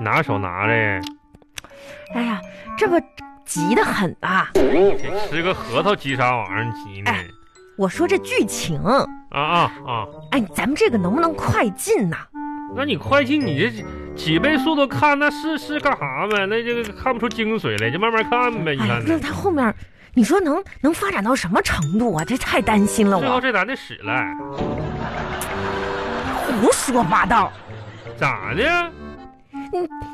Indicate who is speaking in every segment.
Speaker 1: 拿手拿着，
Speaker 2: 哎呀，这不急得很啊！
Speaker 1: 得吃个核桃急啥玩意儿急呢？
Speaker 2: 哎我说这剧情，
Speaker 1: 啊啊啊！
Speaker 2: 哎，咱们这个能不能快进呐、
Speaker 1: 那你快进，你这几倍速度看，那是是干啥呗？那这个看不出精髓来，就慢慢看呗。你
Speaker 2: 哎呀
Speaker 1: 看，
Speaker 2: 那
Speaker 1: 呢？
Speaker 2: 他后面，你说能能发展到什么程度啊？这太担心了
Speaker 1: 最后
Speaker 2: 我，
Speaker 1: 这男的死了，啊
Speaker 2: 胡说八道！
Speaker 1: 咋的？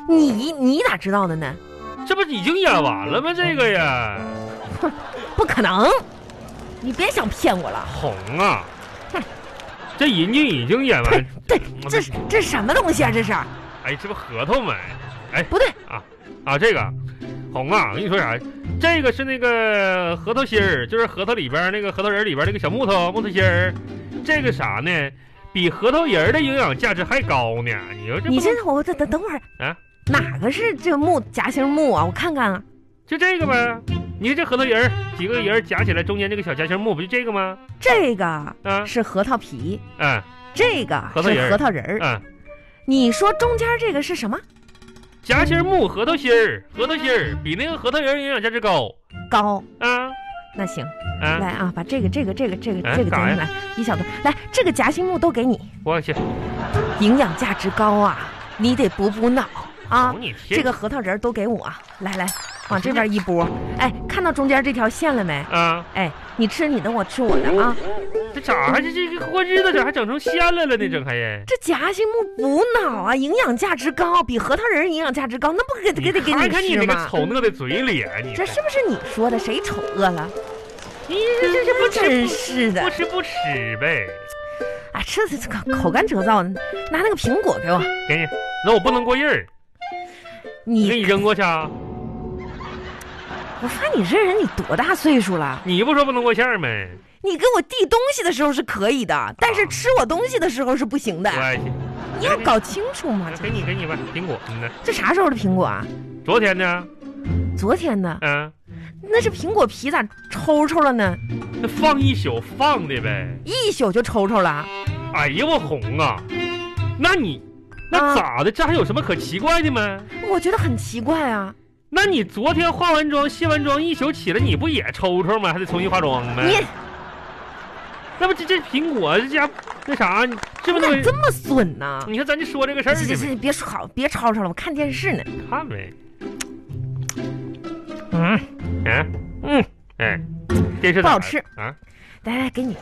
Speaker 2: 你你咋知道的呢？
Speaker 1: 这不已经演完了吗？这个呀，
Speaker 2: 不可能，你别想骗我了！
Speaker 1: 红啊！这人家已经演完，
Speaker 2: 对，这是这是什么东西啊？这是
Speaker 1: 哎，这不核桃吗？哎
Speaker 2: 不对，
Speaker 1: 啊，这个红啊，我跟你说啥？这个是那个核桃心儿，就是核桃里边儿那个核桃仁儿里边儿那个小木头木头心儿。这个啥呢？比核桃仁儿的营养价值还高呢。你说这不
Speaker 2: 你这我等等等会儿
Speaker 1: 啊，
Speaker 2: 哪个是这木夹心木啊？我看看啊，
Speaker 1: 就这个呗？你看这核桃仁儿几个仁儿夹起来，中间这个小夹心木不就这个吗？
Speaker 2: 这个
Speaker 1: 啊，
Speaker 2: 是核桃皮，
Speaker 1: 嗯
Speaker 2: 这个
Speaker 1: 核桃仁
Speaker 2: 是
Speaker 1: 儿
Speaker 2: 核桃仁儿。
Speaker 1: 嗯，
Speaker 2: 你说中间这个是什么？
Speaker 1: 夹心木核桃心儿，核桃心儿比那个核桃仁儿营养价值高。
Speaker 2: 高？
Speaker 1: 啊
Speaker 2: 那行，
Speaker 1: 啊！
Speaker 2: 来啊，把这个这个这个这个
Speaker 1: 哎
Speaker 2: 这个
Speaker 1: 干啥
Speaker 2: 东西
Speaker 1: 呀
Speaker 2: 来一小段，来这个夹心木都给你，
Speaker 1: 我去，
Speaker 2: 营养价值高啊，你得补补脑啊。
Speaker 1: 哄你天
Speaker 2: 这个核桃仁儿都给我，来来，往这边一拨。哎，看到中间这条线了没？
Speaker 1: 啊，
Speaker 2: 哎，你吃你的，我吃我的啊。
Speaker 1: 嗯这咋还这这个过日子咋还整成仙来了呢？整还人。
Speaker 2: 这夹心木补脑啊，营养价值高，比核桃仁儿营养价值高，那不给给得给
Speaker 1: 看看你
Speaker 2: 吃
Speaker 1: 那个
Speaker 2: 吗？
Speaker 1: 丑恶的嘴脸，你
Speaker 2: 这
Speaker 1: 看
Speaker 2: 是不是你说的？谁丑恶了？
Speaker 1: 你这这这不吃
Speaker 2: 真是的
Speaker 1: 不吃不吃呗？
Speaker 2: 啊，吃的这个口干舌燥的，拿那个苹果给我。
Speaker 1: 给你，那我不能过日儿，
Speaker 2: 你
Speaker 1: 你给你扔过去啊！
Speaker 2: 我发你这人，你多大岁数了？
Speaker 1: 你不说不能过线儿吗？
Speaker 2: 你给我递东西的时候是可以的，但是吃我东西的时候是不行的。
Speaker 1: 我去，
Speaker 2: 你要搞清楚嘛！这
Speaker 1: 给你给你吧，苹果，嗯呢？
Speaker 2: 这啥时候的苹果啊？
Speaker 1: 昨天呢？
Speaker 2: 昨天呢？
Speaker 1: 嗯，
Speaker 2: 那是苹果皮咋抽抽了呢？
Speaker 1: 那放一宿放的呗。
Speaker 2: 一宿就抽抽了？
Speaker 1: 哎呀，我红啊！那你那
Speaker 2: 啊
Speaker 1: 咋的？这还有什么可奇怪的吗？
Speaker 2: 我觉得很奇怪啊！
Speaker 1: 那你昨天化完妆、卸完妆一宿起来，你不也抽抽吗？还得重新化妆吗？
Speaker 2: 你
Speaker 1: 那不这这苹果这家那啥，你是不
Speaker 2: 你
Speaker 1: 是那
Speaker 2: 咋
Speaker 1: 么？
Speaker 2: 这么损呢？
Speaker 1: 你看咱就说这个事儿
Speaker 2: 这
Speaker 1: 呢
Speaker 2: 这这别吵，别吵吵了，我看电视呢。
Speaker 1: 呗，看呗。嗯，哎，嗯，哎，电视
Speaker 2: 不好
Speaker 1: 咋了
Speaker 2: 吃
Speaker 1: 啊！
Speaker 2: 来来，给你，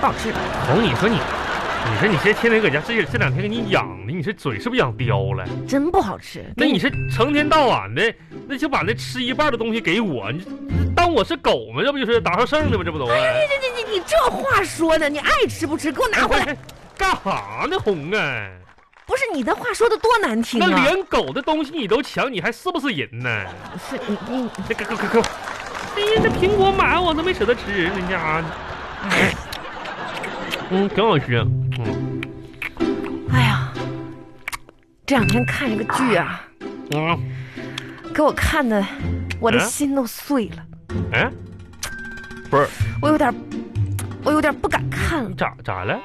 Speaker 2: 不好吃。
Speaker 1: 红，你说你，你说你这天天搁家，这这两天给你养的，你这嘴是不是养刁了？
Speaker 2: 真不好吃。
Speaker 1: 那你是成天到晚的，那就把那吃一半的东西给我，你当我是狗吗？这不就是打上剩的吗？这不都？啊
Speaker 2: 这这这你这话说的，你爱吃不吃，给我拿回来。
Speaker 1: 哎干哈呢，红啊？
Speaker 2: 不是你的话说的多难听
Speaker 1: 那
Speaker 2: 啊！
Speaker 1: 连狗的东西你都抢，你还是不是人呢？
Speaker 2: 是你你
Speaker 1: 这个个个个，哎呀，这苹果买我都没舍得吃，那家啊伙，
Speaker 2: 哎
Speaker 1: 嗯，挺好吃，嗯
Speaker 2: 哎呀，这两天看这个剧啊，
Speaker 1: 嗯，
Speaker 2: 给我看的，我的
Speaker 1: 嗯
Speaker 2: 心都碎了，
Speaker 1: 哎，
Speaker 2: 我有点，我有点不敢看了。
Speaker 1: 咋咋了？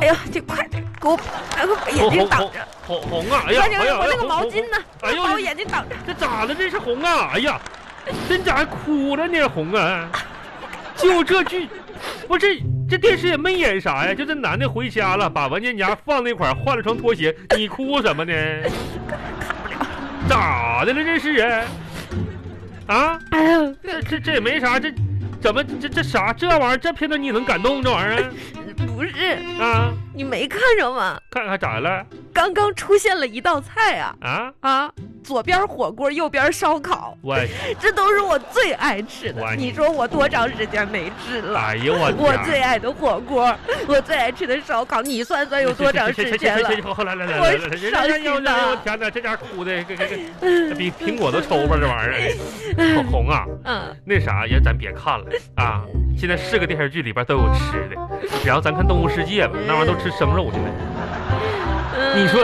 Speaker 2: 哎呀，这快点给我哎给我把眼睛挡着！
Speaker 1: 红红哦啊！哎呀，
Speaker 2: 快
Speaker 1: 哎
Speaker 2: 点，
Speaker 1: 呀，
Speaker 2: 我
Speaker 1: 哎呀
Speaker 2: 那个毛
Speaker 1: 红
Speaker 2: 巾呢？
Speaker 1: 哎呦
Speaker 2: 把我眼睛挡着！
Speaker 1: 这咋了？这是红啊！哎呀，真咋还哭了呢？红啊！ 就这剧，不是这电视也没演啥呀？就这男的回家了，把文件夹放那块儿，换了双拖鞋，你哭什么 呢？咋的了？这是啊？啊？
Speaker 2: 哎呀，
Speaker 1: 这这这也没啥，这怎么这这啥这玩意儿？这片段你能感动这玩意
Speaker 2: 不是
Speaker 1: 儿啊？
Speaker 2: 你没看着吗？
Speaker 1: 看看咋了
Speaker 2: 刚刚出现了一道菜啊
Speaker 1: 啊？
Speaker 2: 啊！左边火锅，右边烧烤。
Speaker 1: 我
Speaker 2: 这都是我最爱吃
Speaker 1: 我爱
Speaker 2: 的。
Speaker 1: 你
Speaker 2: 你说我多长时间没吃了？
Speaker 1: 哎呀我
Speaker 2: 我
Speaker 1: 天
Speaker 2: 最爱的 火锅，我最爱吃的烧烤，你算算有多长时间 了？
Speaker 1: 后来来来来来，哎人家要要我天哪，这家哭的跟跟跟比苹果都抽吧这玩意儿。红啊，
Speaker 2: 嗯，
Speaker 1: 那啥也咱别看了啊！现在是个电视剧里边都有吃的，然后咱看《动物世界》吧，那玩意儿都吃生肉去了。你说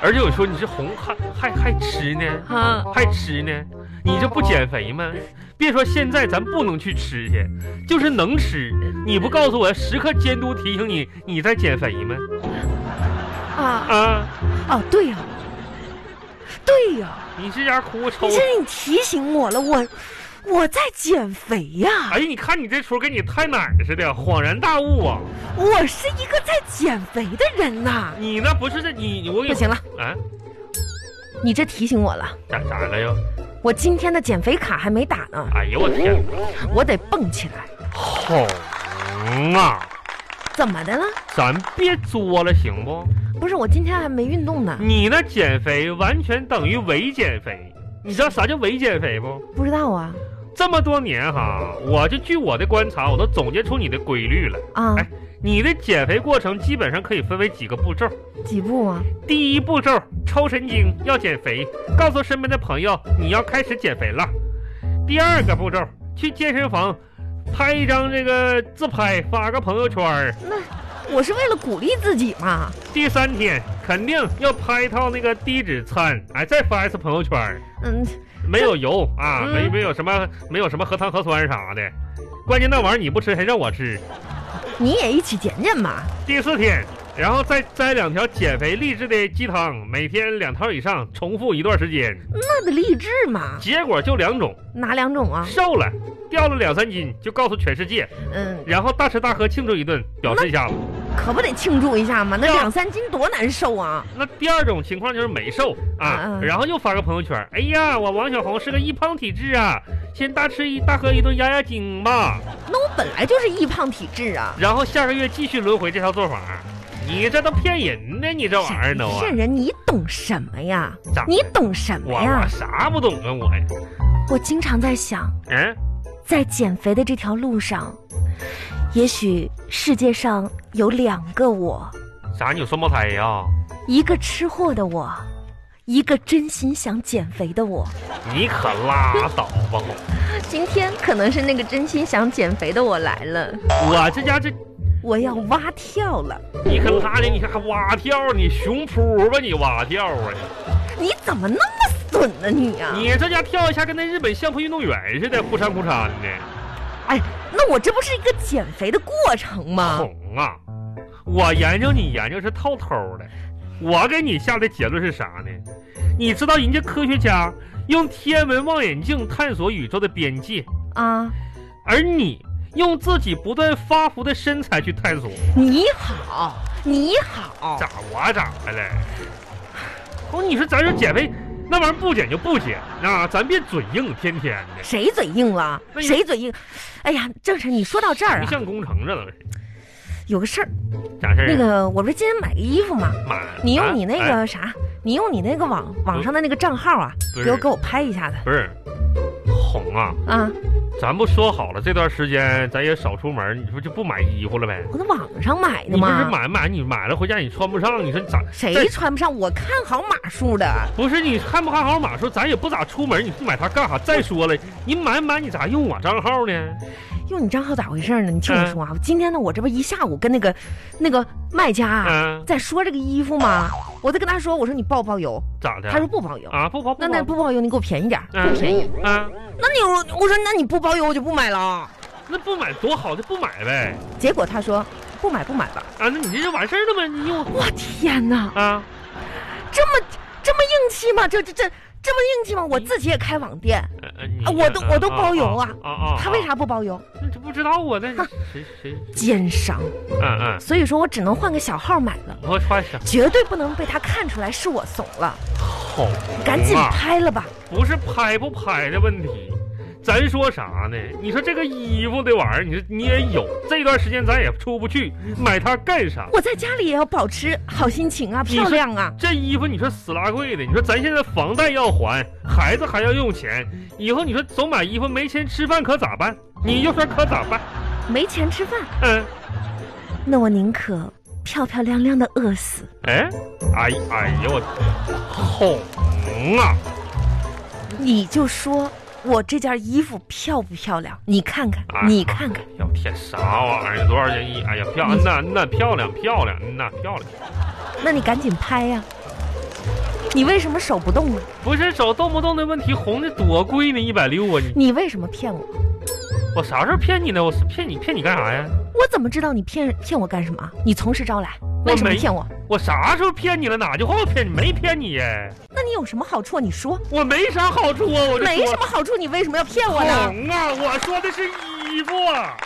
Speaker 1: 而且我说你这红还还还吃呢，
Speaker 2: 啊，
Speaker 1: 还吃呢，你这不减肥吗？别说现在咱不能去吃去，就是能吃，你不告诉我时刻监督提醒你你在减肥吗？
Speaker 2: 啊
Speaker 1: 啊！
Speaker 2: 哦，对呀、对呀、
Speaker 1: 你这家哭抽
Speaker 2: 你，这你提醒我了，我我在减肥呀、
Speaker 1: 哎呀，你看你这出跟你太奶似的，恍然大悟啊！
Speaker 2: 我是一个在减肥的人呐。
Speaker 1: 你那不是这你我
Speaker 2: 不行了，
Speaker 1: 啊，
Speaker 2: 你这提醒我了，
Speaker 1: 咋咋了又？
Speaker 2: 我今天的减肥卡还没打呢，
Speaker 1: 哎呦我天哪，
Speaker 2: 我得蹦起来。
Speaker 1: 红啊！
Speaker 2: 怎么的了？
Speaker 1: 咱别作了，行不？
Speaker 2: 不是我今天还没运动呢，
Speaker 1: 你那减肥完全等于伪减肥，你知道啥叫伪减肥不？
Speaker 2: 不知道啊
Speaker 1: 这么多年哈，我就据我的观察，我都总结出你的规律了。
Speaker 2: 啊
Speaker 1: 哎，你的减肥过程基本上可以分为几个步骤。
Speaker 2: 几步啊？
Speaker 1: 第一步骤，抽神经，要减肥，告诉身边的朋友你要开始减肥了。第二个步骤，去健身房拍一张这个自拍，发个朋友圈儿。
Speaker 2: 我是为了鼓励自己嘛。
Speaker 1: 第三天肯定要拍一套那个低脂餐，哎，再发一次朋友圈儿。
Speaker 2: 嗯，
Speaker 1: 没有油啊，
Speaker 2: 嗯
Speaker 1: 没没有什么没有什么核糖核酸啥的。关键那玩意儿你不吃，谁让我吃？
Speaker 2: 你也一起减减嘛。
Speaker 1: 第四天，然后再摘两条减肥励志的鸡汤，每天两条以上，重复一段时间，
Speaker 2: 那得励志嘛，
Speaker 1: 结果就两种，
Speaker 2: 哪两种啊？
Speaker 1: 瘦了，掉了两三斤，就告诉全世界，
Speaker 2: 嗯，
Speaker 1: 然后大吃大喝庆祝一顿，表示一下子。
Speaker 2: 可不得庆祝一下嘛，那
Speaker 1: 要
Speaker 2: 两三斤多难受啊！
Speaker 1: 那第二种情况就是没瘦啊
Speaker 2: 嗯，嗯
Speaker 1: 然后又发个朋友圈，哎呀，我王小红是个易胖体质啊，先大吃一大喝一顿压压惊吧。
Speaker 2: 那我本来就是易胖体质啊。
Speaker 1: 然后下个月继续轮回这套做法，你这都骗人呢！你这玩意儿都啊
Speaker 2: 骗，人，你懂什么呀？
Speaker 1: 咋
Speaker 2: 你懂什么
Speaker 1: 我
Speaker 2: 呀
Speaker 1: 我？啥不懂啊我呀？
Speaker 2: 我经常在想，
Speaker 1: 嗯，
Speaker 2: 在减肥的这条路上，也许世界上有两个我，
Speaker 1: 啥你有双胞胎呀？
Speaker 2: 一个吃货的我，一个真心想减肥的我。
Speaker 1: 你可拉倒吧！
Speaker 2: 今天可能是那个真心想减肥的我来了，
Speaker 1: 我这家这
Speaker 2: 我要蛙跳了。
Speaker 1: 你可拉的，你还蛙跳，你熊扑吧你蛙跳啊！
Speaker 2: 你怎么那么损呢你啊呀、
Speaker 1: 你这家跳一下跟那日本相扑运动员似的，哭嚓哭嚓的。
Speaker 2: 哎，那我这不是一个减肥的过程吗？
Speaker 1: 红啊，我研究你研究是透透的。我给你下的结论是啥呢？你知道人家科学家用天文望远镜探索宇宙的边界，
Speaker 2: 啊，
Speaker 1: 而你用自己不断发福的身材去探索，
Speaker 2: 你好，你好，
Speaker 1: 咋我咋的了？哦，你啊说咱说减肥那玩意儿不减就不减啊，咱别嘴硬，天天的，
Speaker 2: 谁嘴硬了？
Speaker 1: 那你
Speaker 2: 谁嘴硬？哎呀，正是你说到这儿
Speaker 1: 不
Speaker 2: 啊，
Speaker 1: 像工程这都是
Speaker 2: 有个事儿，
Speaker 1: 咋事儿啊？
Speaker 2: 那个我不是今天买个衣服吗？
Speaker 1: 妈，
Speaker 2: 你
Speaker 1: 啊
Speaker 2: 用你那
Speaker 1: 哎嗯
Speaker 2: 个啥，你用你那个网网上的那个账号啊，
Speaker 1: 不是
Speaker 2: 给我给我拍一下子
Speaker 1: 不是红啊，
Speaker 2: 啊！
Speaker 1: 咱不说好了，这段时间咱也少出门，你说就不买衣服了呗？
Speaker 2: 我在网上买的
Speaker 1: 你不是
Speaker 2: 嘛，
Speaker 1: 买买你买了回家你穿不上，你说你咋？
Speaker 2: 谁
Speaker 1: 这
Speaker 2: 穿不上？我看好码数的，
Speaker 1: 不是你看不看好码数？咱也不咋出门，你买它干啥？再说了，你买买你咋用我账号呢？
Speaker 2: 用你账号咋回事呢？你听我说啊，我今天呢，我这不一下午跟那个那个卖家啊
Speaker 1: 嗯，
Speaker 2: 在说这个衣服吗？我在跟他说，我说你包不包邮？
Speaker 1: 咋的？
Speaker 2: 他说不包邮。
Speaker 1: 啊，不跑不
Speaker 2: 那那
Speaker 1: 跑
Speaker 2: 不包邮，你给我便宜点儿，
Speaker 1: 嗯
Speaker 2: 便宜。
Speaker 1: 啊，
Speaker 2: 那你我我说那你不包邮我就不买了。啊
Speaker 1: 那不买多好，就不买呗。
Speaker 2: 结果他说不买不买了。
Speaker 1: 啊，那你这就完事儿了吗？你用
Speaker 2: 我天哪，
Speaker 1: 啊，
Speaker 2: 这么这么硬气吗？这这这这么硬气吗？我自己也开网店，
Speaker 1: 呃呃你
Speaker 2: 啊我都我都包邮啊
Speaker 1: 啊啊！
Speaker 2: 他为啥不包邮？
Speaker 1: 那这不知道啊？那谁谁？
Speaker 2: 奸商，
Speaker 1: 嗯嗯，
Speaker 2: 所以说我只能换个小号买了，
Speaker 1: 我穿啥？
Speaker 2: 绝对不能被他看出来是我怂了。
Speaker 1: 好，
Speaker 2: 赶紧
Speaker 1: 嗯
Speaker 2: 拍了吧，
Speaker 1: 不是拍不拍的问题，咱说啥呢？你说这个衣服这玩意儿，你说你也有，这段时间咱也出不去，买它干啥？
Speaker 2: 我在家里也要保持好心情啊，
Speaker 1: 你是
Speaker 2: 漂亮啊。
Speaker 1: 这衣服你说死拉贵的，你说咱现在房贷要还，孩子还要用钱，以后你说总买衣服没钱吃饭可咋办？你就说可咋办？
Speaker 2: 没钱吃饭，
Speaker 1: 嗯，
Speaker 2: 那我宁可漂漂亮亮的饿死。
Speaker 1: 哎，哎哎呀我，红啊！
Speaker 2: 你就说我这件衣服漂不漂亮？你看看，
Speaker 1: 哎
Speaker 2: 你看看，
Speaker 1: 哎呦天，啥玩意儿？多少钱一？哎呀漂，嗯呐嗯呐漂亮漂亮，嗯呐漂亮。
Speaker 2: 那你赶紧拍呀、你为什么手不动啊？
Speaker 1: 不是手动不动的问题，红的多贵呢？一百六啊！你
Speaker 2: 你为什么骗我？
Speaker 1: 我啥时候骗你呢？我是骗你骗你干啥呀？
Speaker 2: 我怎么知道你骗骗我干什么啊？你从实招来，为什么骗我？
Speaker 1: 我啥时候骗你了？哪句话我骗你？没骗你耶，
Speaker 2: 那你有什么好处？你说，
Speaker 1: 我没啥好处啊，我就
Speaker 2: 没
Speaker 1: 说哦
Speaker 2: 什么好处，你为什么要骗我呢？
Speaker 1: 红啊，我说的是衣服啊，